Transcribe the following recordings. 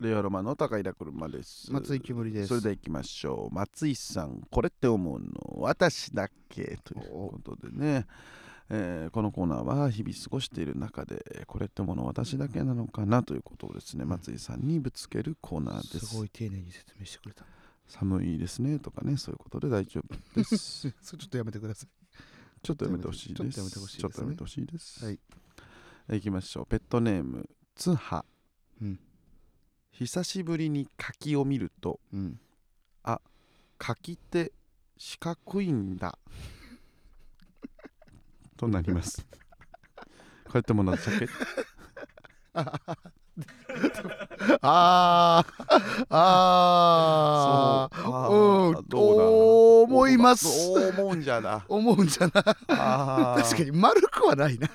レオロマンの高井田車です。松井きぶりです。それでは行きましょう。松井さん、これって思うの私だっけということでね、えーこのコーナーは日々過ごしている中で、これってもの私だけなのかなということをですね、松井さんにぶつけるコーナーですすご。い丁寧に説明してくれた。寒いですねとかね、そういうことで大丈夫 です。それちょっとやめてください。ちょっとやめてほしいです。ちょっとやめてほしいですちねょっとやめてほしいです。はい。行きましょう。ペットネーム、つは。うん久しぶりに柿を見ると、うん。柿って四角いんだ。 となります。こうやってもなんだっけ あーあそうああうーどうだん思います。そう思うんじゃな 思うんじゃないあー確かに丸くはないな、い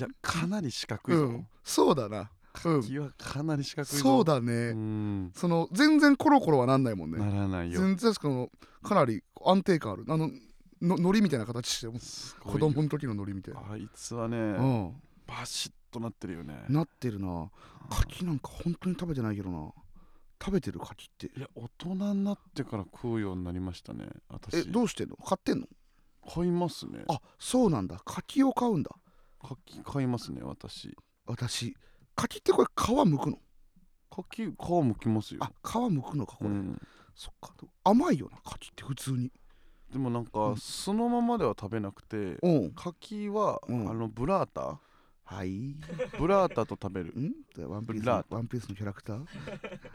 や、かなり四角いうぞ。ん、そうだな、うん、柿はかなり四角いぞ。そうだうねん。その全然コロコロはなんないもんねならないよ。全然そのかなり安定感あるあのののりみたいな形してるすご子いよ供の時ののりみたいな、あいつはね、うんバシッとなってるよね。なってるな柿なんか本当に食べてないけどな食べてる柿っていや大人になってから食うようになりましたね私えどうしてんの買ってんの買いますねあそうなんだ柿を買うんだ柿買いますね私私柿ってこれ皮むくの柿皮むきますよあ皮むくのかこうれ、ん、そっか甘いよな柿って普通にでもなんうかんそのままでは食べなくてうん柿は、うんあのブラータはいんブラータと食べるでワンピースブラのワンピースのキャラクター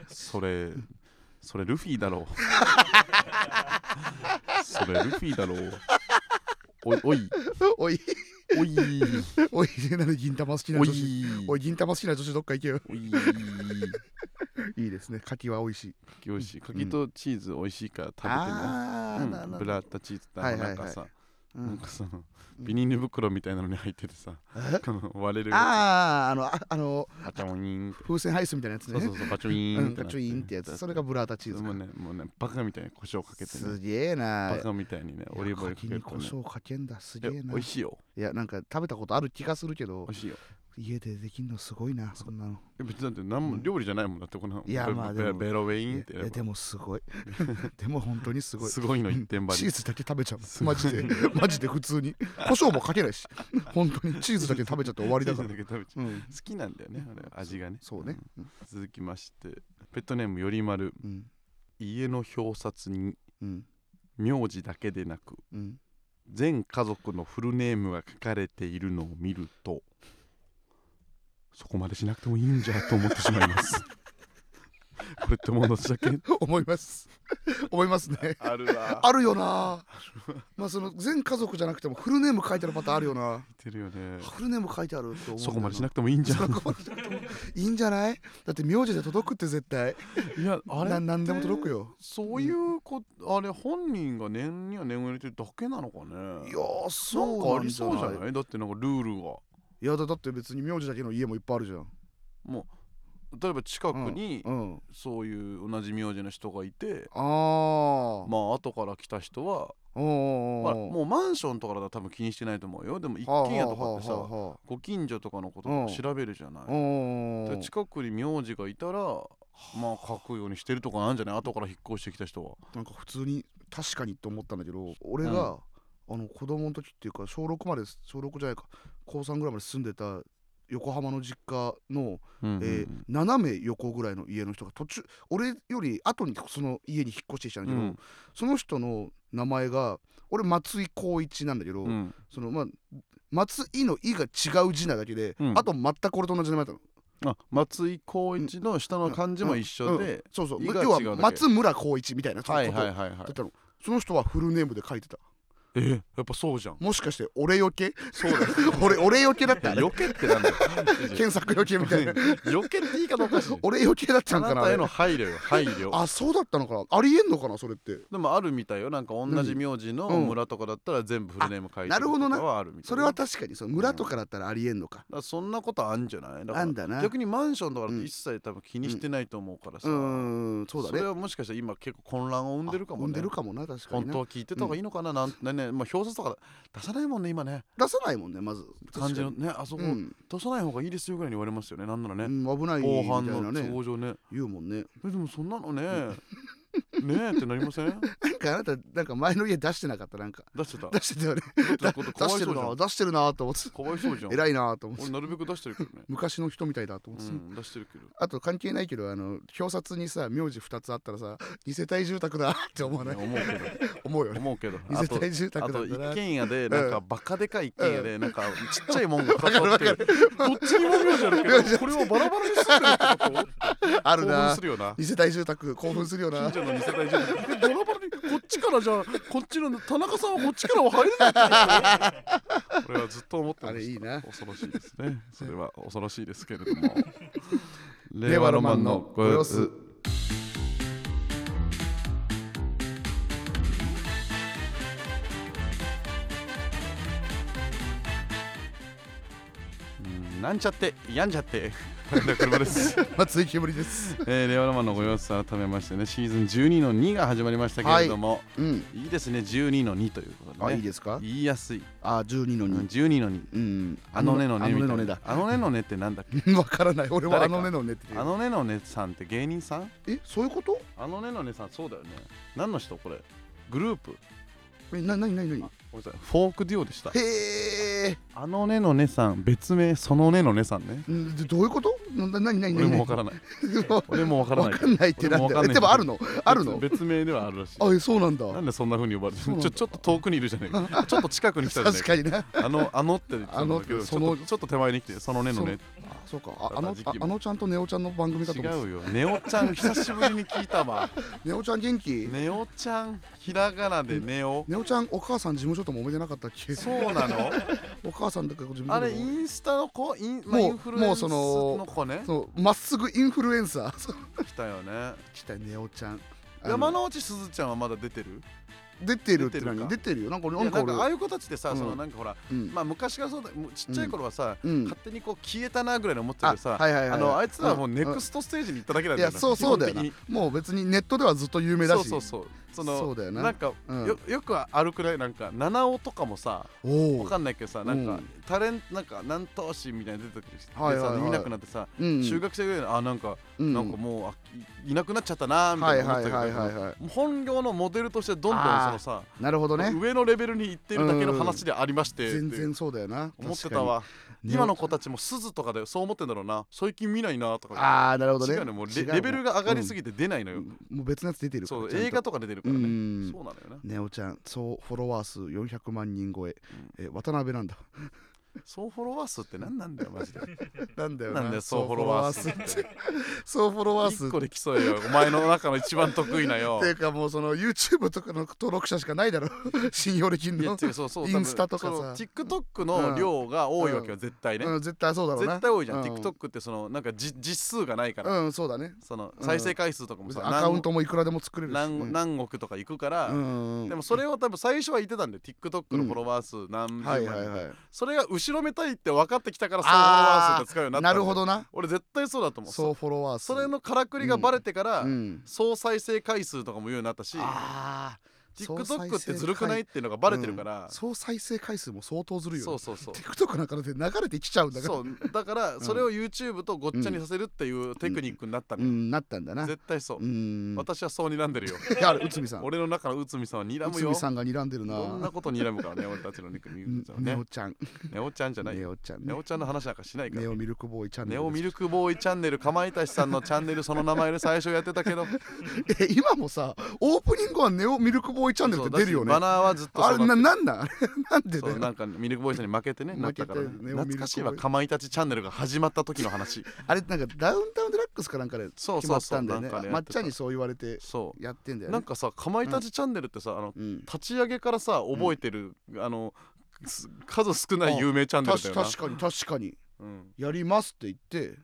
それそれルフィだ ろうそれルフィだろうお いおいおいおい おいなんで銀玉好きなお女子いおい銀玉好きな女子どっか行けよおいいいですね柿は美味しい柿美味しい柿とチーズ美味しいから食べてねあーなう、なんなブラータチーズってあはのいはいなんはいかさ、うんなんかそのビニール袋みたいなのに入っててさ、えこの割れるやあーあのああのつバチョインって風船ハイスみたいなやつそねうそうそうバチョイうーンんガチョインってやつそれがブラータチーズもうかねもうねバカみたいに胡椒かけてねすげえなバカみたいにねオリーブオイルかけ柿るにと胡ね椒かけんだすげええな美味しいよいやなんか食べたことある気がするけど美味しいよ家でできんのすごいなそんなのえ別にだって何も料理じゃないもんだってこのいやまあベでロもベロウェインっえてやればでもす ごいでも本当にすごいすごいの一点張チりーズだけ食べちゃすうごいマジで マジで普通に胡椒もかけないし本当にチーズだけ食べちゃって終わりだからチーズけ食べちゃうんう好きなんだよねあれ味がねそうねん続きましてペットネームよりまるうん家の表札にうん名字だけでなくうん 全家族のフルネームが書かれているのを見るとそこまでしなくてもいいんじゃと思ってしまいます これってものだけ思います 思いますねあるわあるよなまあその全家族じゃなくてもフルネーム書いてあるパターンある よなてるよねフルネーム書いてあるって思うんだよそこまでしなくてもいいんじゃそこまでしなくてもいいんじゃないだって名字で届くって絶対いやあな何でも届くよよそういうこあれ本人が念には念を入れてるだけなのかいねやーなそんうかあなんりじゃそうじゃないないだってなんかルールがいやだだって別に名字だけの家もいっぱいあるじゃんもう例えば近くにうんそういう同じ名字の人がいてあー、まあ後から来た人はおーおまあ、ーおーもうマンションとかだったら多分気にしてないと思うよでも一軒家とかってはさあはあはご近所とかのことうをん調べるじゃなあはあおい、ーおーで近くに名字がいたらまあ書くようにしてるとかなんじゃない後から引っ越してきた人はなんか普通に確かにって思ったんだけど俺が、あの子供の時っていうか小6まで小6じゃないか高3ぐらいまで住んでた横浜の実家の、うんうんうんえー斜め横ぐらいの家の人が途中俺より後にその家に引っ越してきたんだけど、うんその人の名前が俺松井光一なんだけど、うんそのまあ松井の「井」が違う字なだけで、うんあと全く俺と同じ名前だったの。あ松井光一の下の漢字も一緒で、うんそうそう意が違う要だけは松村光一みたいなことはいはいだはいはいったのその人はフルネームで書いてたえーやっぱそうじゃんもしかして俺よけそうだ 俺俺よけだったあれよけってなん だよ 検索よけみたいなよけって言い方おかしい俺よけだったあのかななあたへれの配慮よ配慮あそうだったのかなありえんのかなそれってでもあるみたいよなんか同じ名字のうん村とかだったら全部フルネーム書いてあなるほどなとかはあるみたいそれは確かにその村とかだったらありえんのか、だからそんなことあんじゃないだかあらんだな逆にマンションとかだうとん一切多分気にしてないと思うからさ、うーんそうだねれはもしかしたら今結構混乱を生んでるかもねあ産んでるかもな確かに本な当は聞いてた方がいいのかな、なん何ね、まあ、表札とか出さないもんね今ね出さないもんねまず感じの確ねあそこ、かにうん出さない方がいいですよぐらいに言われますよねなんならうね、ん危ない防み犯たいの都なね合上ね言うもんねえでもそんなのねねえってなりませんなんかあなたなんか前の家出してなかったなんか出してた 出してたよね出してこと出かわしいてそうるじゃんな出してるなと思ってかわいそうじゃん偉いなと思って俺なるべく出してるけどね昔の人みたいだと思うって、ん出してるけどあと関係ないけどあの表札にさ名字2つあったらさ二世帯住宅だって思わないいや思うけ思うよ どね思うけど二あ世と帯住あ宅だとったな一軒家でなんかうバカでかい一軒家でなんかちっちゃいもんがかかってるどっちにも名字あるけ名字あど これはバラバラに住んでるってことある興奮なするよな二世帯住宅興奮するよな近所の二世帯住宅バラバラにこっちからじゃあこっちの田中さんはこっちからは入れないってこと俺はずっと思ってまあしたれいいな恐ろしいですねそれは恐ろしいです けれども令和ロマンのご様子うんなんちゃって病んじゃって 武田車です、松井木ぶりですえー、令和ロマンのご様子改めましてねシーズン12の2が始まりましたけれども、うんい、いですね12の2ということで、ね、あいいですか言いやすい、あ12のうん2 12の2うんあのねのあねのみねたのねいだなあのねのねってなんだっけ わからない俺はあ誰かのねのねってあのねのねさんって芸人さんえそういうことあのねのねさんそうだよね何の人これグループえななになになにあごめんなさいフォークデュオでしたへえあのねのねさん別名そのねのねさんねんでどういうことなななになにな俺にもわからない わ俺もわからないかんないってなん俺もだわかよんえないでもあるのあるの別別名ではあるらしいあえそうなんだなんでそんな風に呼ばれてそうるなんちだょちょっと遠くにいるじゃない かちょっと近くに来たじゃない確かか になあのあのって言ってたんだけあどちょのっそのとちょっと手前に来てそのねのねあそうかたあだあの時期あもあのちゃんとネオちゃんの番組だと違思ってうよネオちゃん久しぶりに聞いたわネオちゃん元気ネオちゃんひらがなでネオネオちゃんお母さん事務所とも揉めてなかったっけそうな のお母さんだけ事務所あれとイもンスタの子イン,、まあ、もイうンフルエンスのも子ねそうまっすぐインフルエンサー そう来たよね来たネオちゃんあの山之内すずちゃんはまだ出てる出てるっ出ててるか何出てるよなんか俺いなやんかなん俺かああいう子たちってさ、うんそのなんかほらうんまあ昔からそうだもうちっちゃい頃はさ、うん勝手にこう消えたなぐらいの思ってたあけどさ、はいはいはいあのあいつらはもうネクスストステージに行っただけなんいだよやなそうそうだよな基もう別にネットではずっと有本名的にだそうしそうそうそのそうだよなんか、うんよよくあるくらいなんか七尾とかもさおわおかんないけどさなんか、うんタレントなんか何頭身みたいなの出てきてさ、はいはいはい見なくなってさ、中学生ぐらいのあなんかなんかもうあいいなくなっちゃったなーみはたいいなは思っいてたはけいどはいは本業のモデルとしてどんどんあーそのさ、いなるほどね上のレベルに行ってるだけの話でありましてって全然そうだよな思って確かたにわね今の子たちも鈴とかでそう思ってんだろうな最近見ないなとかああなるほどね違うのもうレ違うレベルが上がりすぎて出ないのよ、うんもう別のやつ出てるからそうちゃんと映画とかで出てるかうらね、んそうなのよねネオちゃんそうフォロワー数400万人超ええ渡辺なんだ 総フォロワー数って何なんだよマジでなんだよなんだよ総フォロワー数総っフォロワてー数総フォロワー数1個で競えよお前の中の一番得意なよって いうかもうその YouTube とかの登録者しかない だろ信用できんいやの違うそうそうインスタとかさ多分その TikTok の量が多いわけよ、絶対ね、うん絶対そうだろうな絶対多いじゃん、う TikTok ってそのなんかじ実数がないから、うんそうだねそのうん再生回数とかもさ、別にア何カウントもいくらでも作れるし何うん何億とかいくから、うんうんでもそれを多分最初は言ってたんで TikTok のフォロワー数何十は万い人、はいはいそれが後ろめたいって分かってきたからそのフォロワーあ数って使うようになーったなんだよるほどな俺絶対そうだと思う総そフォロワー数それのからくりがバレてから、うん総再生回数とかも言うようになったしあー総再 TikTok って生ずるくないっていうのがバレてるから、総再生回数も相当ずるいよそねうそうそう TikTok なんかで流れてきちゃ うんだからそうだからそれを YouTube とごっちゃにさせるっていうテクニックになったうのよ、んなったんだな絶対そう、うん私はそう睨んでるよいやあれ内海さん俺の中の内海さんは睨む内よ海さんが睨んでるなどんなこと睨むからね俺たちの肉にうんねネオちゃんネオちゃんじゃないネよオちゃんネねオちゃんの話なんかしないからネオミルクボーイチャンネネルオミでルクボーイチャンネルかまいたちさんのチャンネルその名前で最初やってたけどすえ今もさオープニングはネオミルクボーイチャンネルって出るよそうだしバねナーはずっとあそのれななんなんあれなんでだ そうよなんかミルクボーイさんに負けてねなったからね 負けてネオミルクボーイ懐かしいわかまいたちチャンネルが始まった時の 話あれなんかダウンタウンデラックスかなんかでそう決そまうっそたうんなだよんねかねまっちゃんにそそう言われてうそやってんだうよなんねかさかまいたちチャンネルってさあのうん立ち上げからさ覚えてるあのす数少ない有名チャンネルただしよな確かに確かにうんやりますって言って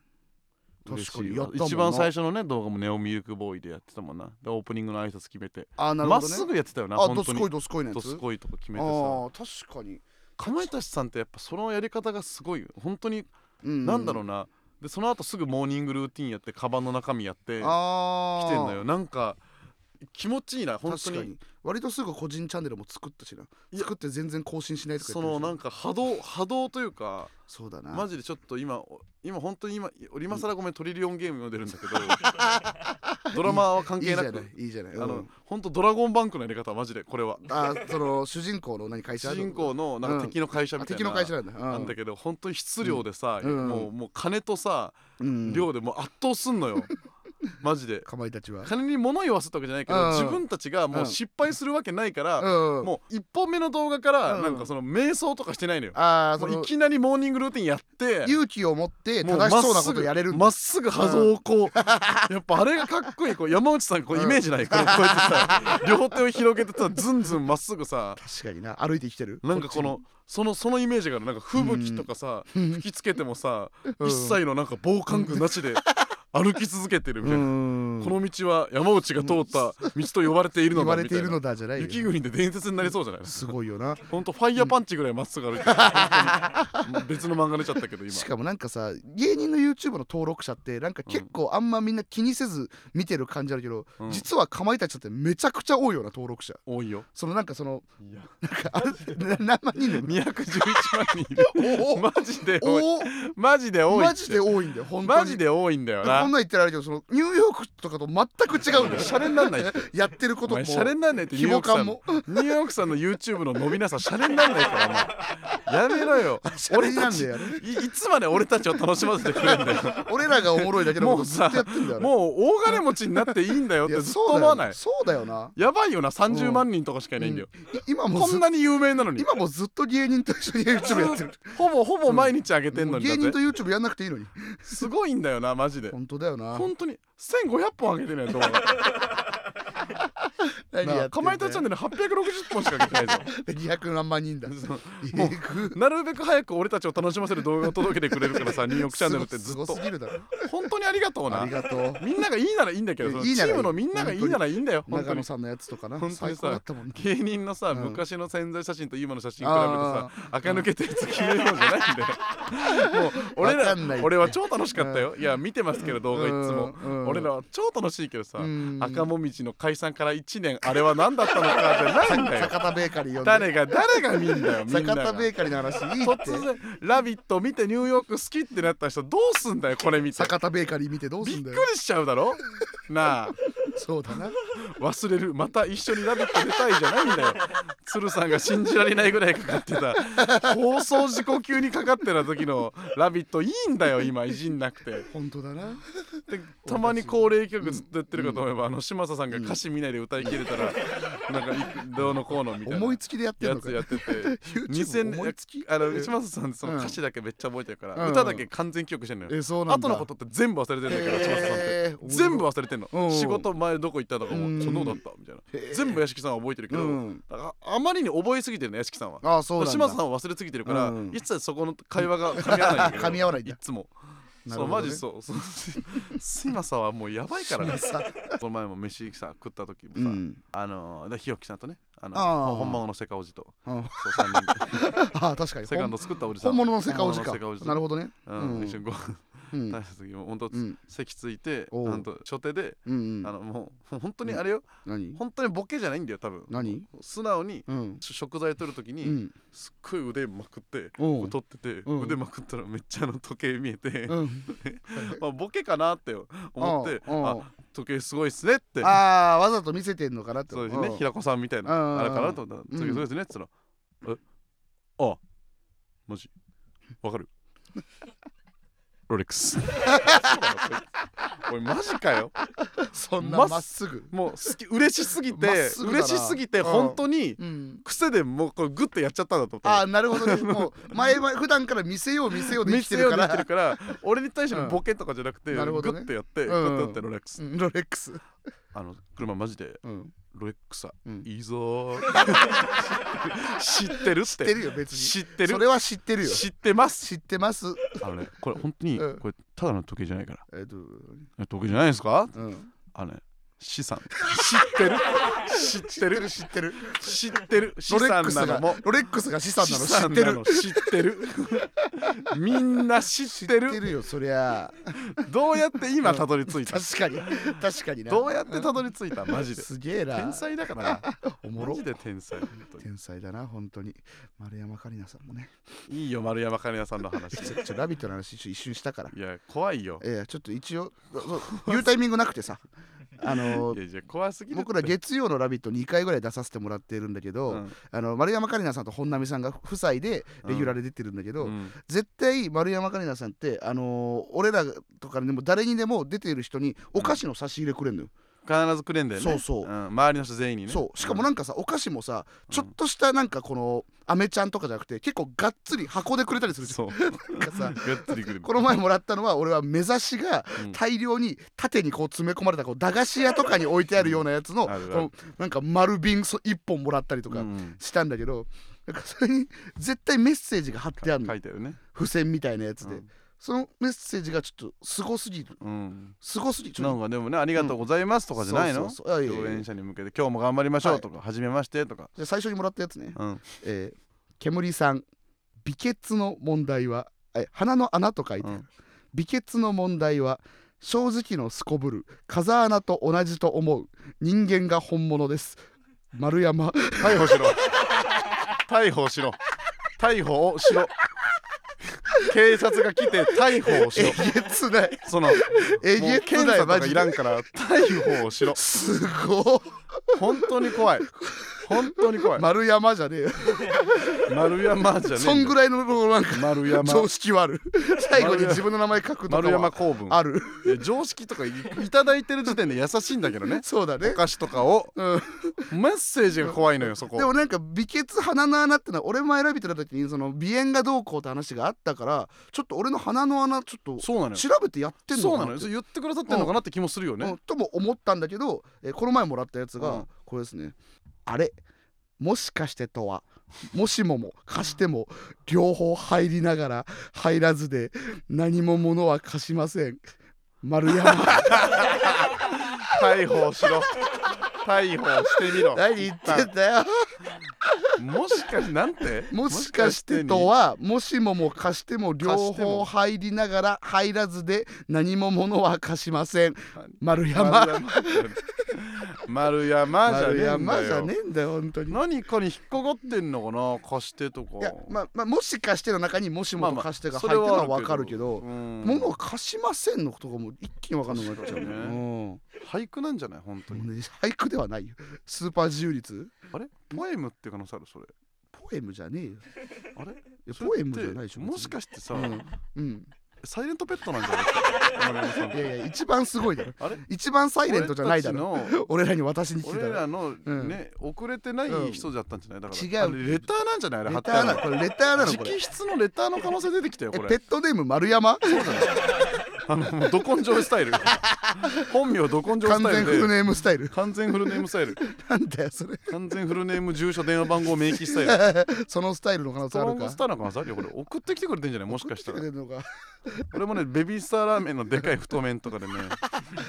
嬉確しかいにやわったもんな一番最初のね動画もネオミルクボーイでやってたもんなでオープニングの挨拶決めてあーなるまほっどねすぐやってたよなあ本ど当すにこいどすこいのやどつすこいとか決めあてさあー確かに、かまいたちさんってやっぱそのやり方がすごいよ本当にうんなんだろうな、でその後すぐモーニングルーティンやってカバンの中身やってあ来あてんのよなんか気持ちいいな本当確にかに割とすぐ個人チャンネルも作ったしないや作って全然更新しないとかそのなんかか波動波動というかそうだなマジでちょっと今お今本当に今今更ごめんトリリオンゲーム読んでるんだけど ドラマは関いいじ係なゃなくいいいじゃない、うんあの本当ドラゴンバンクのやり方はマジでこれはあその主人公の何会社主人公のなんか敵の会社あみたい敵なの会社なんだ,、うん、なんだけど本当に質量でさ、うんもうもう金とさ、うん、量でもう圧倒すんの よマジでかまいたちは、金に物言わせたわけじゃないけうんど自分たちがもううん失敗するわけないから、うん、もう1本目の動画からうんなんかその瞑想とかしてないのよ、ああそもうのいきなりモーニングルーティンやって勇気を持ってもう正しそうなことやれるんだまっすぐまっすぐ波動をこう、 やっぱあれがかっこいいこう山内さんこううんイメージない、こうこうやって さ両手を広げてたずんずんまっすぐさ確かにな歩いてきてるなんかこのそのそのイメージがあるなんか吹雪とかさ、こっちに吹きつけてもさ、うん一切のなんか防寒具なしで歩き続けてるみうたいな、んこの道は山内が通った道と呼ばれているの言だわみれたていいなるのだじゃないよ雪国で伝説になりそうじゃないすごいよ なほんとファイヤーパンチぐらいまっすぐ歩いて る別の漫画出ちゃったけど今しかもなんかさ芸人の YouTube の登録者ってなんか結構あんまみんな気にせず見てる感じあるけど、うん実はかまいたちだってめちゃくちゃ多いよな登録者多いよそのなんかそのいやなんかあれ な何万人 でも211万人いるおマジで多いおマジで多いマジで多いんだよ本当にマジで多いんだよこんななん言ってられるけどそのニューヨークとかと全く違うんだよシャレになんないってやってることおも前シャレになんないってニューヨー規模クさ感んのもニューヨークさんの YouTube の伸びなさシャレになんないからお前やめろよシャレになんだよねいいつまで俺たちを楽しませてくれんだよ俺らがおもろいだけのこもとうずっさとやってんだよねもう大金持ちになっていいんだよっいてやずっと思わないそうだよなやばいよな30万人とかしかいないんだよ、そうだよない今もこずんなに有名なのに今もずっと芸人と一緒に YouTube やってるほぼほぼ毎日上げてんものうにだ芸人とぜ YouTube やんなくていいのにすごいんだよなマジで本当だよな本当に1500本上げてるやん 動画何やってんだよかまいたちチャンネル860本しか上げて ないぞ200何万人だそう もうえぐなるべく早く俺たちを楽しませる動画を届けてくれるからさニューヨークチャンネルってずっすごとすぎるだろ本当にありがとうあなりがとうみんながいいならいいんだけどそのいチいならいいームのみんながいいならいいんだよ本当長に野さんのやつとかな本当に最さ高だったもんね芸人のさ、うん昔の潜在写真と今の写真比べてあさ垢抜けたやつ決めようじゃないんだよもう俺わからんないって俺は超楽しかったよいや見てますけど動画いつもうんうん俺らは超楽しいけどさうん赤もみじの解散から1年あれは何だったのかじゃないんだよ坂田ベーカリー呼 んで誰が誰が見んだよみんな 坂が田ベーカリーの話いいって突然「ラビット!」見てニューヨーク好きってなった人どうすんだよこれ見て坂田ベーカリー見てどうすびっんくだりよしちゃうだろ なあそうだな忘れるまた一緒に「ラビット!」出たいじゃないんだよ鶴さんが信じられないぐらいかかって た放送事故級にかかってた時の「ラビット!」いいんだよ今いじんなくて本当だなで たまに恒例曲ずっとやってるかと思えば、あの嶋佐さんが歌詞見ないで歌い切れたら、なんかいどうのこうのみたいな思いつきでやってんやのかつよやってて YouTube 思いつきあの嶋佐さんその歌詞だけめっちゃ覚えてるから、うん歌だけ完全記憶してんのよ、えそうなんだ後のことって全部忘れてるんだけど、嶋佐さんってへー全部忘れてんの、うん仕事前どこ行ったとかも、うん昨日だったみたいな、へー全部屋敷さんは覚えてるけど、うんだからあまりに覚えすぎてるの屋敷さんはああそうなんだ島津さんは忘れすぎてるから、うん一切そこの会話が噛み合わないんだけど 噛み合わないんだいつも。なそうるほどマねジそうそう 島さんはもうやばいからねさその前も飯さ食った時もさ、うんあのーでひよきさんとねあのあー本物のセカオジとうんあそう三人 であ確かにセカンド作ったおじさん本物のセカオジか本物のセカオジなるほどねううんん一緒にご飯うん食べた時も本当うん席ついておうなんと初手でうんあうんのもう本当にあれよ何本当にボケじゃないんだよ多分何素直にうんし食材取る時うにんすっごい腕まくっておう取っててうん腕まくったらめっちゃあの時計見えてうんまあボケかなって 思ってうんうんあ時計すごいっすねってああわざと見せてんのかなってそうですね、平子さんみたいうんうんうんな、あれかなと思ったら、うん次そうですねっつったら、えああ、マジ、わ かるロレックス。そうだよこれおい、マジかよ。そんまなっまっすぐもう好き、嬉しすぎて、まっすぐだな嬉しすぎて、うん本当にうん癖でもうこれグッとやっちゃったんだと思ったあの。あなるほど ねもう前々普段から見せよう見せようで生きて店るをか出てるらから、俺に対してうのんボケとかじゃなくて、グなるほどねッとやって、うんこうやってやってロレックスう。んロレックスあの、車マジで、うんロレックスさうん、いいぞー。 知ってるっ知ってて。るよ別に知ってるそれは知ってるよ知ってます知ってますあのねこれ本当にうんこれただの時計じゃないからえっとえ時計じゃないですかうんあのね資産ってる知ってる知ってる知ってる資ロレッ産クスなのもがロレックスが資産なの資知っ産てなるの知ってるみんな知ってるるよそりゃどうやって今たどり着いた確か に確かになどうやってたどり着いたマジですげえな天才だからな おもマろジで天才本当に天才だな本当に丸山桂里奈さんもねいいよ丸山桂里奈さんの 話ちょちょ「ラビット!」の話一瞬したからいや怖いよええちょっと一応そう言うタイミングなくてさあのいやいや怖すぎるって僕ら月曜の「ラビット!」2回ぐらい出させてもらってるんだけど、うんあの丸山桂里奈さんと本並さんが夫妻でレギュラーで出てるんだけど、うん絶対丸山桂里奈さんって、あのー俺らとかにも誰にでも出てる人にお菓子の差し入れくれんのよ、必ずくれんだよねそうそうん周りの人全員にねそうしかもなんかさお菓子もさうんちょっとしたなんかこのアメちゃんとかじゃなくて結構がっつり箱でくれたりするじゃそうんなんかさがっつりくるこの前もらったのは俺は目指しがうん大量に縦にこう詰め込まれたこう駄菓子屋とかに置いてあるようなやつのうんあるあるこのなんか丸瓶そ一本もらったりとかうんしたんだけど、なんかそれに絶対メッセージが貼ってある書のいてあるね付箋みたいなやつで、うんそのメッセージがちょっとすごすぎるうんすごすぎちなょっんかでもねありがとうございますとかじゃないのそうそうそういやいやい共や演者に向けて今日も頑張りましょうとか初めましてとかじゃあ最初にもらったやつね、うんえー、煙さん鼻血の問題はえ鼻の穴と書いてある、うん鼻血の問題は正直のすこぶる風穴と同じと思う人間が本物です丸山逮捕しろ逮捕しろ逮捕をしろ警察が来て逮捕をしえろげつないそのえもげうつ検査ないとマかジいらんでから逮捕をしろすご本当に怖い本当に怖いい丸山じゃねえよ丸山じゃねえそんぐいらいのなんか丸山常識はある最後に自分の名前書くとか丸山は公文あるいや常識とかいいただいてる時点で優しいんだけどねそうだおね菓子とかをうんメッセージが怖いのよそこでもなんか鼻血鼻の穴ってのは俺も選びてた時にその鼻炎がどうこうって話があったからちょっと俺の鼻の穴ちょっそうなのとよ調べてやってんのそうかなのなよってそれ言ってくださってんのかなって気もするようねんとも思ったんだけど、えーこの前もらったやつうがんこれですね、あれもしかしてとはもしもも貸しても両方入りながら入らずで何も物は貸しません丸山逮捕しろ逮捕してみろ 何言ってんだよもしかしなんて もしかしてとはもしもも貸しても両方入りながら入らずで何も物は貸しません丸山丸山じゃ丸ねえん山だじゃよねえんだよ本当に何かに引っかかってんのかな貸してとかいやまあまあもしかしての中にもしもと貸してが入ってるのは分かるけども物を貸しませんのことがもう一気に分かんなくなっちゃう確ねかうにねん俳句なんじゃない本当にもうね俳句ではないよスーパー自由率あれポエムって可能性あるそれポエムじゃねえよあれいやそれっポてエムじゃないでしょもしかしてさ、うんうんサイレントペットなんじゃない丸山さんいやいや一番すごいだろあれ一番サイレントじゃないだろろ 俺らに私に来てた俺ららのうんね、遅れてない人だったんじゃないだから違うあれレターなんじゃないあれ貼レっタてーあなるこれレターなのこれ直筆のレターの可能性出てきたよえこペれットネーム丸山あのもうど根性ス タイル本名ど根性完スタ全イフルルでネームスタイル 完全フルネームスタイルなんだよそれ完全フルネーム住所電話番号明記スタイル そのスタイルの可能性そあるのかスターの可能性あるよこれ送ってきてくれてんじゃないもしかした来てくられるのか俺もねベビースターラーメンのでかい太麺とかで ねで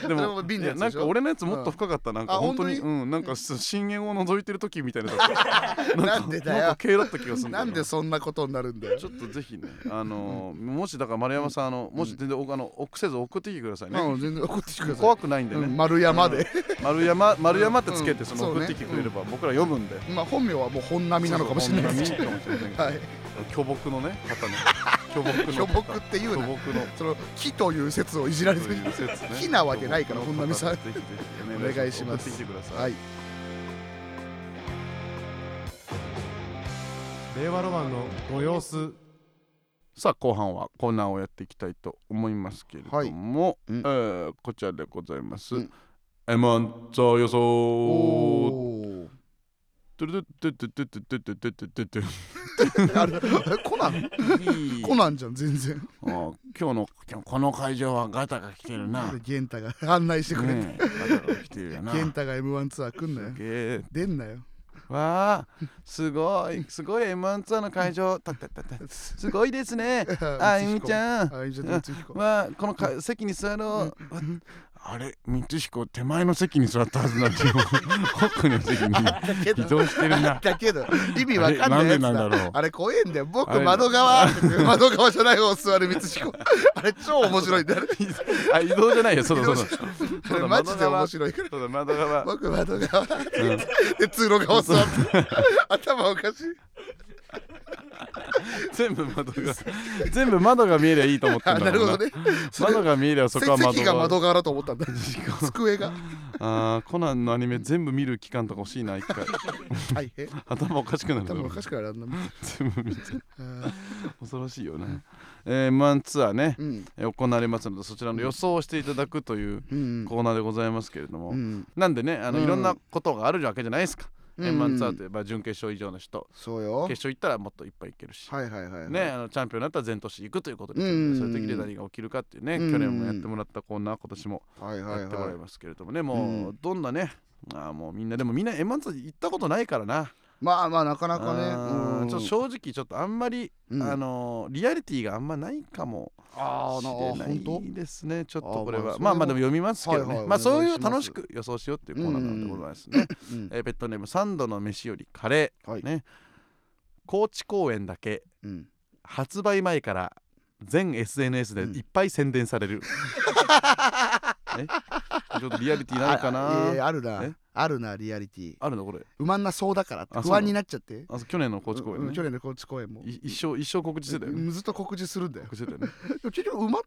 あれも瓶のやついやなんでしかょ俺のやつもっと深かった、なんかあ本当に本当うんなんかす震源を覗いてる時みたいなとこなんか なんでだよなんか系だった気がするだなよんでそんなことになるんだよちょっとぜひね、あのーもしだから丸山さん、あのもし全然おあの臆せず送ってきてくださいね。うん全然怒ってきてくださ怖くないんいでうね、ん丸山で丸山丸山ってつけてそそのうね送ってきてくれれば僕ら読むんで、 まあ本名はもう本並なのかもしれないですけ そうそう本当にいいかもしれないけどはいど巨木のね方 ね巨木の巨木っていう巨な木のその木という説をいじられてそうるいう説ね木なわけないから巨木の本並さんぜひぜひお願いします送ってきてください。はい令和ロマンのご様子さあ後半はコーナーをやっていきたいと思いますけれども、うんえーこちらでございます。うん M1 座予想おートゥルトゥトゥトゥトゥトゥトゥトゥトゥトゥあれあれコナンコナンじゃん全然あー今日の今日この会場はガタが来てるな。ねゲンタが案内してくれてえガタが来てるよな。ゲンタが M1 ツアー来んなよすげえ出んなよわあすごいすごい M1 ツアーの会場たったたたすごいですねあゆみちゃんあゆみちゃんと光彦わあこのか席に座ろうわあれ光彦手前の席に座ったはずなんだけど奥の席 にだけ移ど動してるなだ けど意味わかんないやつあれなんでなんだろうあれ怖えんだよ僕あれ窓側 窓側じゃない方座る光彦 あれ超面白いんだよあ移動じゃないよそうだ そうだあれマジで面白いからそうだ窓 側僕窓側 で通路側座って頭おかしい全部窓が全部窓が見えりゃいいと思ってあんだなろるうほなどねそれ窓が見えりゃそこは窓席が窓側だと思ったんだ 机があーコナンのアニメ全部見る期間とか欲しいな一 回大変頭おかしくなるだ多ろ分おかしくなるあん なもん全部見てあ恐ろしいよね、えー、マンツアーねーうんえー行われますのでそちらの予想をしていただくといううんコーナーでございますけれども、うんなんでねあの、うんいろんなことがあるわけじゃないですか、うんえーマンツアーといえば準決勝以上の人そうよ決勝行ったらもっといっぱい行けるし、はいはいはいはいね、あのチャンピオンになったら全都市行くということです、うんそういう時で何が起きるかっていうね、うん去年もやってもらったコーナー今年もはいはいやってもらはいいますけれどもね、もううどんなねあーもうみんなでもみんな m 1ツアー行ったことないからなまあまあなかなかあねうーんちょっと正直ちょっとあんまり、うんあのーリアリティがあんまないかもあしーなれあな本当いですねちょっあとーこれまあはそれまあまあもでも読みますけどね、はいはいまあお願いそういしうます楽しく予想しようっていうコーナーなんでございますね、うんえーペットネームサンドの飯よりカレー、はいね高知公演だけうん発売前から全 SNS でいっぱい宣伝され る、えちょっとリアリティなるかなああ,、いやあるえなあるなリアリティるのこれうまんなそうだからってあそう不なの安になっちゃってあ去年の高知公演ね、うん去年の高知公演もい一生一生告知してたよね、うんずっと告示するんだよ 告知してたよね結局埋まって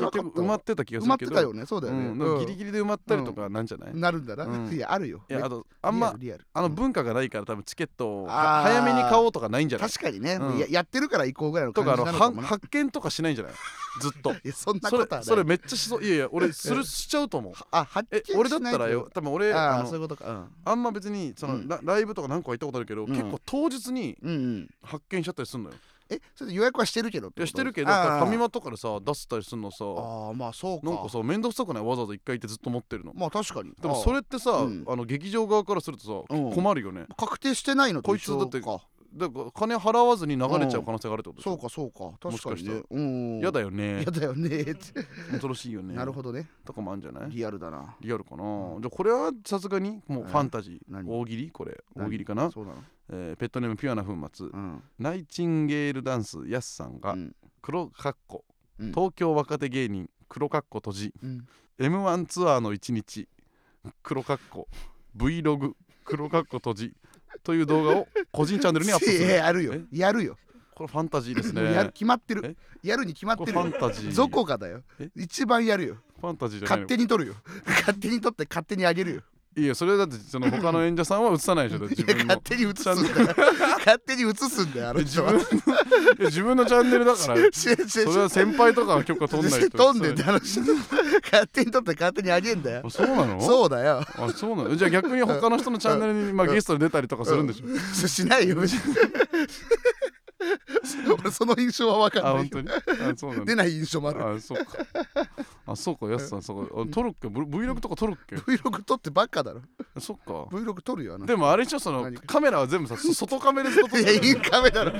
な結かった局埋まってた気が埋すまっるけてどたよねそうだよねうん、なんかギリうんギリで埋まったりとかなんじゃない、いなるんだなうんいやあるよやあめとあんまリアルリアルあのうん文化がないから多分チケットをはあー早めに買おうとかないんじゃない確かにねうんややってるから行こうぐらいのと感かあのじなはのかもな発見とかしないんじゃないず っといやそんなそこれとはないそれめっちゃしそういやいや 俺するしちゃうと思うあ発見えしない俺だったらよ多分俺あああそういのうことかうんあんま別にその、うんラライブとか何個か行ったことあるけど、うん結構当日にうんうん発見しちゃったりするのよえそれで予約はしてるけどっいてこやとしてるけどあだからあファミマとかでさ出せたりするのさああまあそうかなんかさ面倒くさくないわざわざ一回行ってずっと持ってるのまあ確かにでもそあれってさ、うんあの劇場側からするとさ、うん困るよねあ確定してないのとこいつ一緒だってかだから金払わずに流れちゃう可能性があるってことでしそょうかそうか確しかかしにたらねうんやだよやねだよねって恐ろしいよねなるほどねとかもあるんじゃないリアルだなリアルかな、じゃあこれはさすがにもうファンタジえー何大喜利これ何大喜利かな、そうなのえーペットネームピュアな粉末うんナイチンゲールダンスやすさんうがん黒かっこうん東京若手芸人黒かっこ閉じうん m 1ツアーの一日黒かっこ Vlog 黒かっこ閉じという動画を個人チャンネルにアップす いるややるよえやるよこれファンタジーですもうやるね決まってるやるに決まっこれてファるンよタジーどこかだよえ一番やるよファンタジーじゃない勝の手に取るよ勝手に取って勝手にあげるよいやそれだってその他の演者さんは映さないでしょだってい自や分の勝手に映すんだよ勝手に映すんだよあの自人分 はのいや 自分のチャンネルだからそしししれは先輩とかは許可取んないと飛んでんだよあの人勝手に取って勝手にあげんだよあそうなのそうだよあそうなのじゃあ逆に他の人のチャンネルに、まあ、ゲストで出たりとかするんでしょ、そしないよ 別に俺その印象は分かあんない本よ当にあそうな出ない印象もあるのあそうかあそうかやすさんそうかあ撮るっけ V- Vlog とか撮るっけ Vlog 撮ってばっかだろそっか Vlog 撮るよあの人でもあれでしょその何かカメラは全部さそ外カメラで撮って いや、インカメだろ。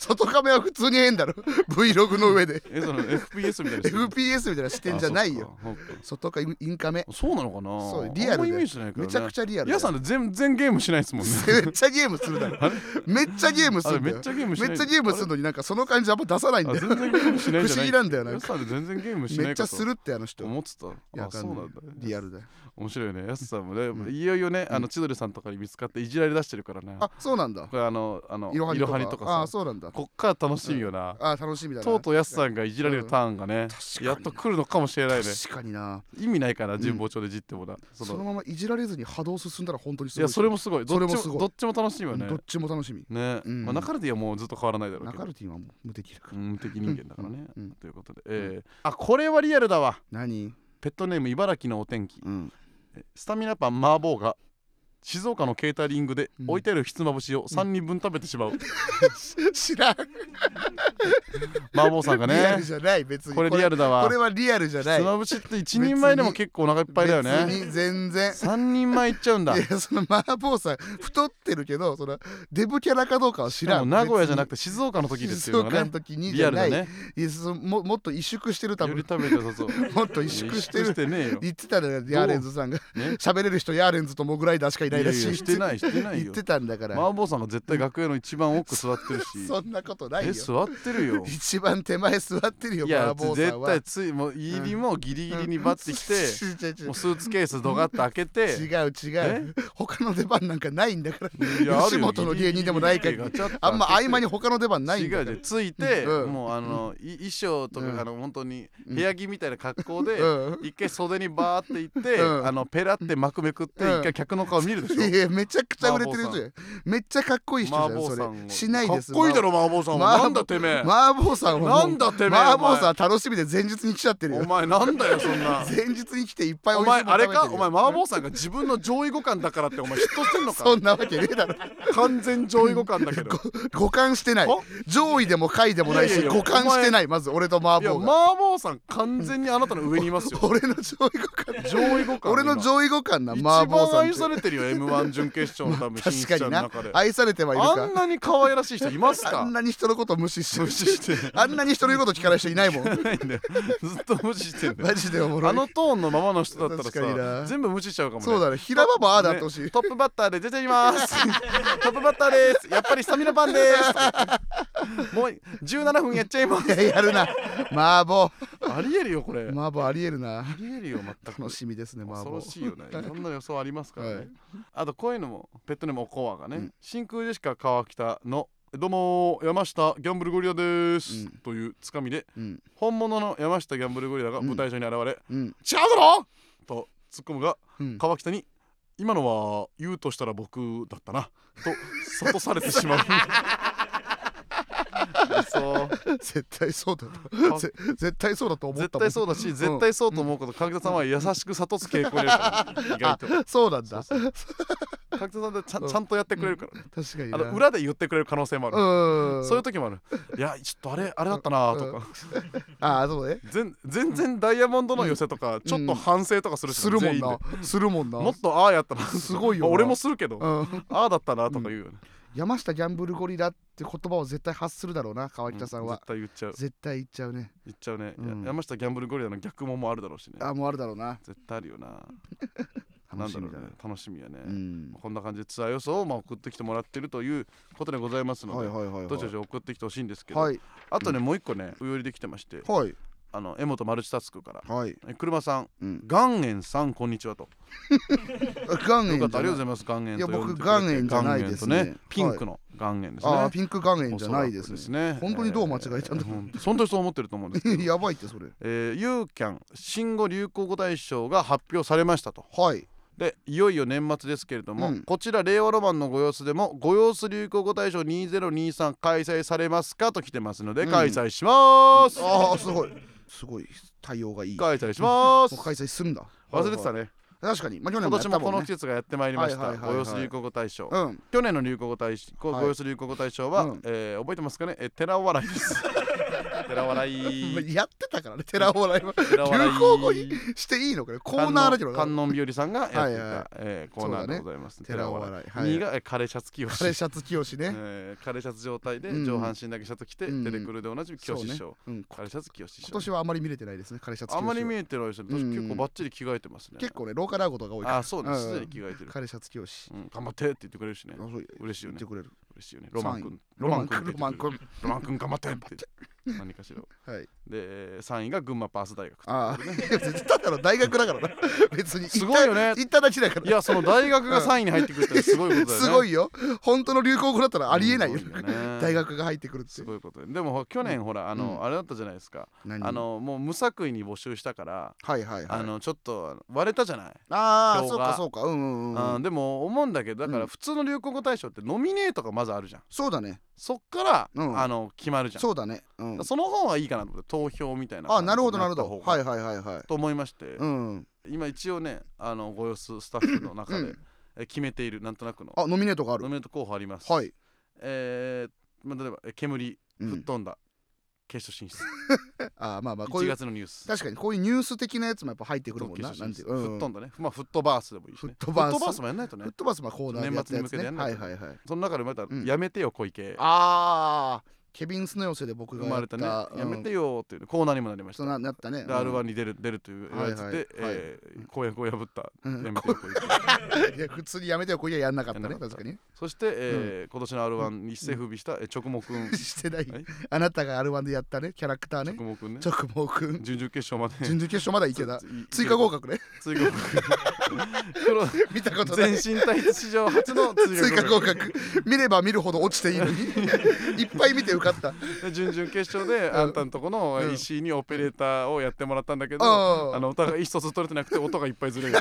外カメは普通に変だろ。Vlog の上で。えその FPS みたいな FPS みたいな視点じゃないよ。あそっかそっか外カメ、インカメ。そうなのかなそうリあアルでんまイメージしないけど、めね、ちゃくちゃリアルだヤよ。さんって全全ゲームしないですも んねめっちゃゲームするだろ。めっちゃゲームすあれるんだめよっち。ゃゲームしなめいっちゃゲームするのになんかその感じあんま出さないんあだ全よ。然ゲームし不ないじゃ思ない議なんだよなヤんスか。さんって全然ゲームしないめかっちゃとするってあの人。思ってたやあそうなんだリアルだよ。面白いねヤスさんもね、んいよいよねうんあの千鳥さんとかに見つかっていじられ出してるからねあ、そうなんだこ。れあのあのいろはにとか。にとかあさそうなんだ。こっから楽しみよな、あ、楽しみだな。とうとうヤスさんがいじられるターンがね、確かにやっと来るのかもしれないね確かにな。意味ないからん神保町でじってもな、そそののままいじられずに波動進んだら本当にすいごい。やそれもすごいどっちもそれもすごいどっちも楽しいよねどっちも楽しみ。ね、うんまあ、中ではもうずっと変わらないだろうナけカどルティンはもう無敵だから。うん無敵人間だからね、うんうんということで、えーあこれはリアルだわ何ペットネーム茨城のお天気うん。スタミナパン麻婆が静岡のケータリングでうん置いてあるひつまぶしを3人分食べてしまう、知らん、麻婆さんがリアねルじゃ ない別にこれリアルだわこれはリアルじゃひないつまぶしって1人前でも結構お腹いっぱいだよね別に全然3人前いっちゃうんだいやその麻婆さん太ってるけどそのデブキャラかどうかは知しらかんも名古屋じゃなくてて静岡の時です静っていうの岡がのね時にじリアゃルなだいねいやそのももっと萎縮してる多より分食べてそうそうもっと萎縮して萎縮るしてねえよ言ってたのよヤーレンズさんがね喋れる人ヤーレンズとモグライダーしかいないらしいややしてないしてない言よってたんだから麻婆さんが絶対楽屋の一番奥座ってるし そんなことないえよ座ってるよ一番手前座ってるよいや麻婆さん絶は対ついもう入りもギリギリにバッてきて、てもうスーツケースドガッと開けて 違う違う他の出番なんかないんだからいやある吉よ本の芸人でもないかギリらギリガチャッと開けてあんま合間に他の出番ないん違だうかじらゃついて、うんもうあの、い衣装とか、うんあの本当にうん部屋着みたいな格好で、うん一回袖にバーって行って、うんあのペラって幕めくって、うん一回客の顔見るでしょ、いやめちゃくちゃ売れてる人やめっちゃかっこいい人じゃ麻ん婆そされんをしないですかっこいいだろ麻婆さんは、麻婆なんだてめえ、麻婆さんはなもんうだてめえ麻婆んさん楽しみで前日に来ちゃってるおよ前なんだよそんな前日に来ていっぱいお美味前しいものあ食れべてるよかお前麻婆さんが自分の上位互換だからってお前嫉妬してんのかそんなわけねえだろ完全上位互換だけど五感してないは上位でも下位でもないいやしいやいや五感して ないまず俺と麻いや婆が麻婆さん完全にあなたの上にい ますよ俺の上位互換上位互換俺の今上位互換な麻婆一さ番ん愛されっててるよ M1 準決勝の多分進出確か者のにな中で愛されてはいるあかんなに可愛らしい人いますあかんなに人のこと無視して無視してあんなに人の言うこと聞かない人いない もんないんだよずっと無視してんだよマジでおもろあいのトーンのままの人だった確かにらなさ全部無視しちゃうかもねそうだね平場もああだってほしい、ねトップバッターで出ています トップバッターですやっぱりスタミナパンですもう17分やっちゃいまいすややるな麻婆ありえるよこれあ麻婆ありえるなりえるよ全く楽しみですね麻恐婆ろしい よねいろんな予想ありますからね、はいあとこういうのもペットネームおこわがね、うん真空ジェシカ川北のどうもー山下ギャンブルゴリラです、うんというつかみでうん本物の山下ギャンブルゴリラが舞台上に現れ、違ううんだろと突っ込むがうん川北に今のは言うとしたら僕だったなと諭されてしまうそう絶対そうだかとぜ絶対そうだと思 っ絶たもん対そうだし絶対そうと思うこと川北さんは優しく諭す傾向にある から意外とそうなんだそう角田さんでちゃんちゃんとやってくれるから、確かになあの裏で言ってくれる可能性もある、うんそういう時もあるいやちょっとあれあれだったなとか、ああそうね全全然ダイヤモンドの寄せとか、ちょっと反省とかするしするもん全員なするもんなでもっとああやったなすごいまよなあ 俺もするけど、うんああだったなとか言うよね、山下ギャンブルゴリラって言葉を絶対発するだろうな川北さんは絶対言っちゃう絶対言っちゃうね言っちゃうね、うんや山下ギャンブルゴリラの逆ももあるだろうしねあもうあるだろうな絶対あるよな楽しみだなんだろうねね楽しみやね、うんこんな感じでツアー予想をまあ送ってきてもらってるということでございますので、はいはいはいどうしどし送ってきてほしいんですけど、はいあとね、もう一個ね、お寄りできてまして、はいあの、江本マルチタスクから、はいえ車さん、うん岩塩さん、こんにちはと。よかった、ありがとう岩塩ございます、岩塩と。いや呼僕んでくれて岩塩じゃないですね岩塩とピンクの岩塩ですね。あーピンク岩塩じゃないですおそらくね本当にどう間違えたんだえー本当本当にそう思ってると思うんですけど。や ばいってそれえー、ユーキャン新語・流行語大賞が発表されましたとはいでいよいよ年末ですけれども、うんこちら令和ロマンのご様子でもご様子流行語大賞2023開催されますかと来てますのでうん開催します、ああすごいすごい対応がいいも開催しますう開催するんだ忘れてたね確かにまあ去今年もやっ年たもこものん季ね節がやってまいりましはたいはいはごいはい様子流行語大賞うん去年の流行語大賞ごはい様子流行語大賞はうんえー覚えてますかねえ寺笑いです 寺笑いやってたからね寺尾笑いは寺笑い流行語にしていいのかねコーナーだけどな観音日和さんがやっていはいはいたえーコーナーでございます寺寺尾笑笑いい2がえー枯れシャツ清カレー志シャツ清ねえー枯れシャツ状態でうん上半身だけシャツ着てうん出てくるでおなじみ清志師匠うん枯れシャツ清志師今匠年はあまり見れてないですねカレーシャツ清あんまり見えてないですねうん私結構バッチリ着替えてますね結構ねローカルアゴとが多いからあそうですすうんでに着替えてるカレーシャツ清志うん頑張ってって言ってくれるしねあそう嬉しいよ言っねてくれる嬉しいよねロマン君ロマン君ロマン君って言ってくれるロマン君頑張って って何かしらはいで3位が群馬パース大学ああ、絶対だろ、大学 だからな。別に。すごいよね行っただけだか いら。やその大学が3位に入ってくるってすごいことだよね すごいよ。本当の流行語だったらありえないよす。ごね 大学が入ってくるってす。ごいことだよでもほ去年ほらあうのんあれだったじゃないですか何あ、のもう無作為に募集したからはいはいはい。あのちょっとあの割れたじゃないああ、票そうかがそうか。うんうんうんううんん。でも思うんだけどだかうらん普通の流行語大賞ってノミネートがまずあるじゃんそうだね。そっからうんあの決まるじゃんそうだね。うん。その方がいいかなと思って投票みたいなあなるほどなるほど。はいいはいはいはい。と思いましてうん。今一応ねあのご様子スタッフの中で、うんえー決めているなんとなくのあノミネートがあるノミネート候補あります、はい、えーまあ、例えばえー煙うん吹っ飛んだ、決勝進出あまあまあこう1いう月のニュース確かにこういうニュース的なやつもやっぱ入ってくるともん決な勝なん進てい出う、うん、吹っ飛んだね、まあ、フットバースでもいいし、ね、フットバースフットバースもやんないとねフットバースまあコーナーでやったやつ年末にね向けてはやいんなはいはいその中でまた、うんやめてよ小池あーケビンスの寄せで僕が生やまっれたね、やめてよよっていうねコーナーにもなりましたそうななったね、で R1 に出る出るというやつで、はいはいはいえー公約を破った、うんやめてよ小 池いや普通にやめてよこれやんなかったねやんなかっ確たかにそして、えー今年の R1 に一世風靡した、えー直毛 くんしてないはいあなたが R1 でやったねキャラクターね直毛くんね直毛くん準々決勝ま で 準々決勝まだいけたい追加合格ね 追加合格黒見たことない全身タイツ史上初の追追 加加合合格格見れば見るほど落ちていいのに いっぱい見て受かったで準々決勝であんたんとこのえー石井にオペレーターをやってもらったんだけどあーあのお互い一つ取れてなくて音がいっぱいずれ る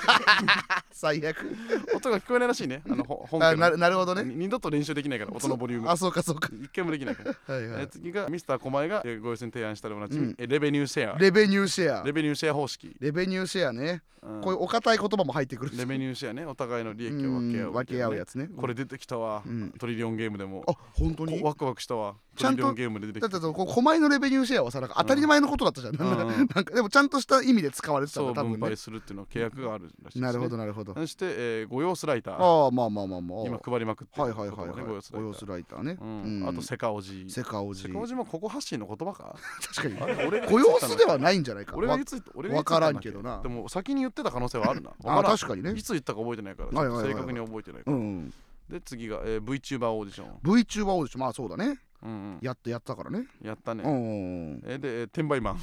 最悪音が聞こえないらしいねあのほ本あ家なのるなるほどねに二度と練習できないから音のボリュームあそうかそうか一回もできないから、はいはえーい次がミスター狛江がえーご一緒に提案したでおなじみ、うんえーレベニューシェアレベニューシェアレベニューシェア方式、レベニューシェアねうんこういうお堅い言葉も入ってくるレベニューシェアねお互いの利益を分け合う,、うん分け合うやつねこれ出てきたわ、うんトリリオンゲームでもあ本当にこワクワクしたわちゃんとトリリオンゲームで出てだっきてたそのこう狛江のレベニューシェアはさなんか当たり前のことだったじゃん、なんかうんうんなんかでもちゃんとした意味で使われてたそんうだ多分分ね配するっていうのは契約があるらしいです、ね、なるほどなるほどそして、えー、御用スライターああまあまあまあまあ今配りまくってはいるはいはいはい言葉ね御用スラおイよタスーライターね、うんうんあとセカオジセカオジセカオジもここ発信の言葉か確かあにれ俺が ご様子では言っないんじゃないてたんだっけか俺がわ言ってた俺が言ってただわからんけどなでも先に言ってた可能性はある なわあからん確かにねいつ言ったか覚えてないから、はいはいはいはい正確に覚えてないかうら、んうんで次が、えー、VTuber オーディション、 VTuber オーディションまあそうだねうんうん、やってやったからねやったね、うんうんうんえーでえー転売マン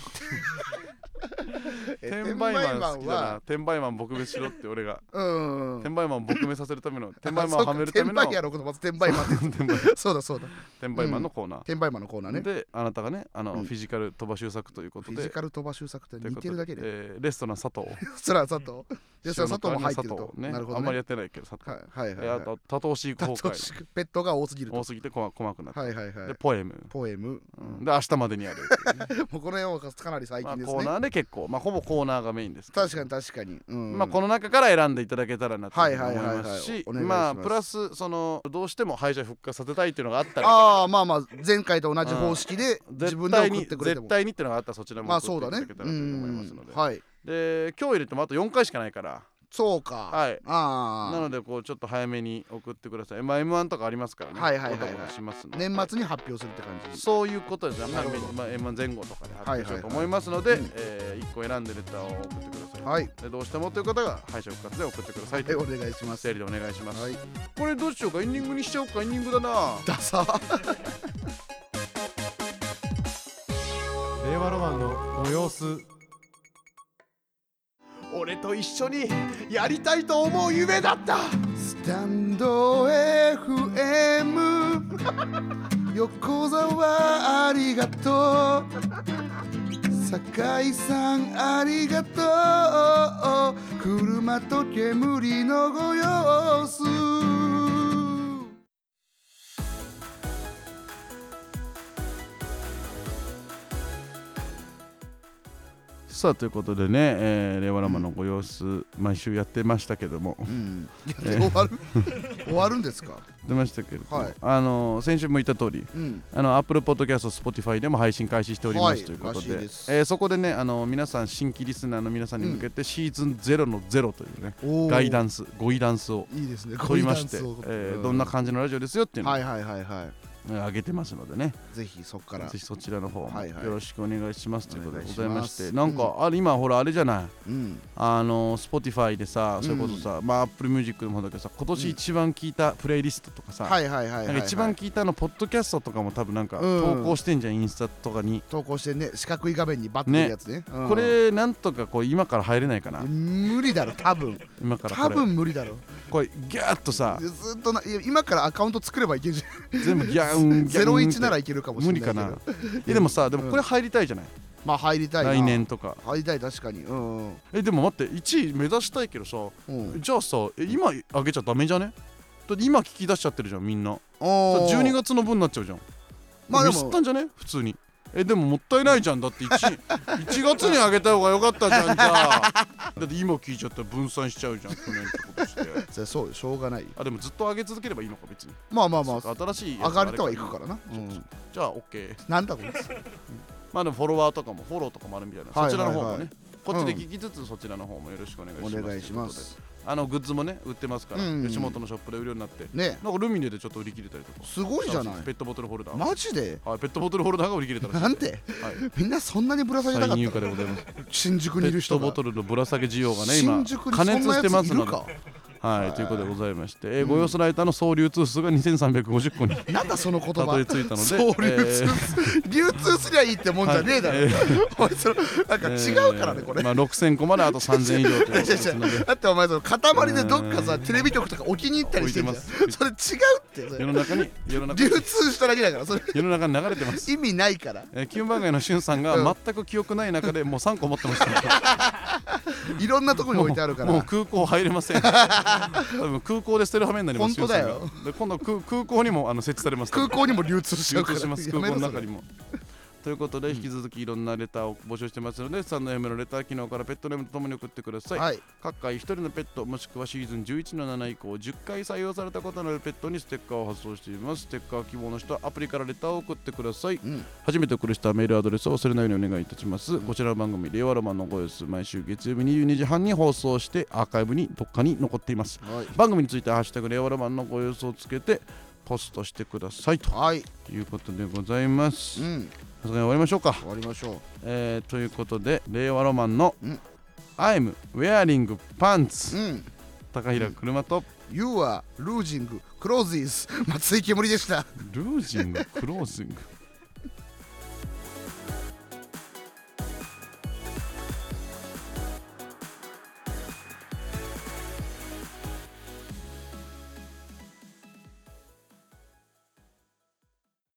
え転売マン好きだなは転売マン撲滅しろって俺 がうんうん転売マンを撲滅させるための転売マンをはめるためあの そうか転売屋のことまず転 売マンって転売そうだそうだ転売マンのコーナー、転売マンのコーナーねであなたがねあの、うんフィジカル飛ば修作ということフィジでカル飛ば修作って似てるだけでえーレストラン佐藤そら 佐藤でそら佐藤も入ってる塩のと代わりの佐藤ねなるほどあんまりねやってないけど佐藤、はいはいはえーいはあいと多頭飼育崩楽壊しくペットが多すぎると多すぎてこ細くなって、はいはいはいでポエム、ポエム うんで明日までにやるっていうね、もうこの辺はかなり 最まあ近ですコーねナーで結構まあほぼコーナーがメインですけど確かに確かにうんまあ、この中から選んでいただけたらなとは思いいはいはいはいますしお願いしままあすプラスそのどうしても敗者復活させたいっていうのがあったらああまあまあ前回と同じ方式で自分絶で対送っにてくれても絶対にっていうのがあったらそちらもまあ送そっうていただねだけたうらと思いますのんで、はいで今日入れてもあと4回しかないからそうかはいなあのでこうちょっと早めに送ってくださいまあ M1 とかありますからねはいはいはいはいお届けしますのあで年末に発表するって感じそういうことですね、まあ、まあ M1 前後とかで発表しようと思いますので、はいはいえ1個選んでレターを送ってください、はいでどうしてもという方が敗者復活で送ってくださいはいとお願いします整理でお願いします、はいこれどうしようかエンディングにしちゃおうかエンディングだなダサ令和ロマンのご様子俺と一緒にやりたいと思う夢だったスタンド FM 横澤ありがとう酒井さんありがとう車と煙のご様子さあということでね、えー、令和ロマンのご様子、毎週やってましたけどもうん、 終わる終わるんですか、やってましたけれども、はいあの先週も言った通りうん、あの Apple Podcast、Spotify でも配信開始しております、はいということでらしいですえーそこでねあの皆さん新規リスナーの皆さんに向けて、シーズン0の0というねおーガイダンスごイダンスをいいですね取りまして、えご意見をーどんな感じのラジオですよっていうのを、はいはいはいはえー上げてますのでねいぜひそこからぜひそちらの方もはいよはいろしくお願いしますということでございましておな願いんしますか、あれ今ほらあれじゃないうんあの Spotify でさそれこそさ、まあ Apple Music でもそうだけどさ今年一番聞いたプレイリストとかさ、はいはいはいはい、なはんい、か一番聞いたのポッドキャストとかも多分なんかうん投稿してんじゃん、インスタとかに、投稿してね四角い画面にバッてるやつねうんこれなんとかこう今から入れないかな無理だろ多分今からこ多れ分無理だろこれギャーッとさ ずっとないや今からアカウント作ればいけんじゃ全部ギャーンんギャーンって01ならいけるかもしれ無理ないけどかないやでもさでもこれ入りたいじゃない、まあ入りたいな来年とか入りたい確かにうんうんえでも待って1位目指したいけどさうんじゃあさえ今上げちゃダメじゃねだって今聞き出しちゃってるじゃんみんなおー12月の分になっちゃうじゃんまあでミスっもたんじゃね普通にえでももったいないじゃんだって 1, 1月にあげた方が良かったじゃんじゃあだって今聞いちゃったら分散しちゃうじゃん去年ってことしてそりゃそうよしょうがないよあでもずっと上げ続ければいいのか別にまあまあまそあっか新しいやつ上がれたはいくからな、、そううそうんじゃあ OK なんだこいつまあでもフォロワーとかもフォローとかもあるみたいな、はいそちらの方もね、はいはいこっちで聞きつつそちらの方もよろしくお願いしおます願いしまというこすとであのグッズもね売ってますから、うん吉本のショップで売るようになってねなんかルミネでちょっと売り切れたりとかすごいじゃないペットボトルホルダー、マジではい、ペットボトルホルダーが売り切れたらしいなんではいみんなそんなにぶら下げたか再っ入た荷のでございます。新宿ペにいるッ人トがボトルのぶら下げ需要がね、今新宿に加熱してそんなまやつすいのるで。かはい、ということでございまして、えーご様子ライターの総流通数が2350個に なんだその言たど葉り着いたので、そう流通えーす、流通すりゃいいってもんじゃねえだろ、はいえおいそれなんか違うからねこれ、えーまあ6000個まであと3000以上ということ違う違うですのでだってお前その塊でどっかさテレビ局とか置きに行ったりしてんじゃん置いてますそれ違うってそ世れの 中に世の中流に通しただけだからそれ世の中に流れてます。意味ないからえー、キュンバーガーのしゅんさんがうん全く記憶ない中でもう3個持ってましたね、いろんなとこに 置いてあるからもう空港入れま せん多分空港で捨てる羽目になります本当だよ俊さんがで今度空空港にもあの設置されます空港にも流通しち流ゃうから通しますやめ空ろ港のそ中れにも。ということで引き続きいろんなレターを募集してますので、スタンド M のレター機能からペットネームとともに送ってください、はい各回1人のペットもしくはシーズン11の7以降10回採用されたことのあるペットにステッカーを発送していますステッカー希望の人はアプリからレターを送ってください、ん初めて送る人はメールアドレスを忘れないようにお願いいたします、こちらの番組「令和ロマンのご様子」毎週月曜日22時半に放送してアーカイブにどっかに残っていますはい番組についてはハッシュタグ令和ロマンのご様子」をつけてポストしてくださいとはいいうことでございますう、んさすがに終わりましょうか。終わりましょうえーということで、令和ロマンのうん I'm wearing pants うん高平車と You are losing closes 松井けむりでしたルージングクロージング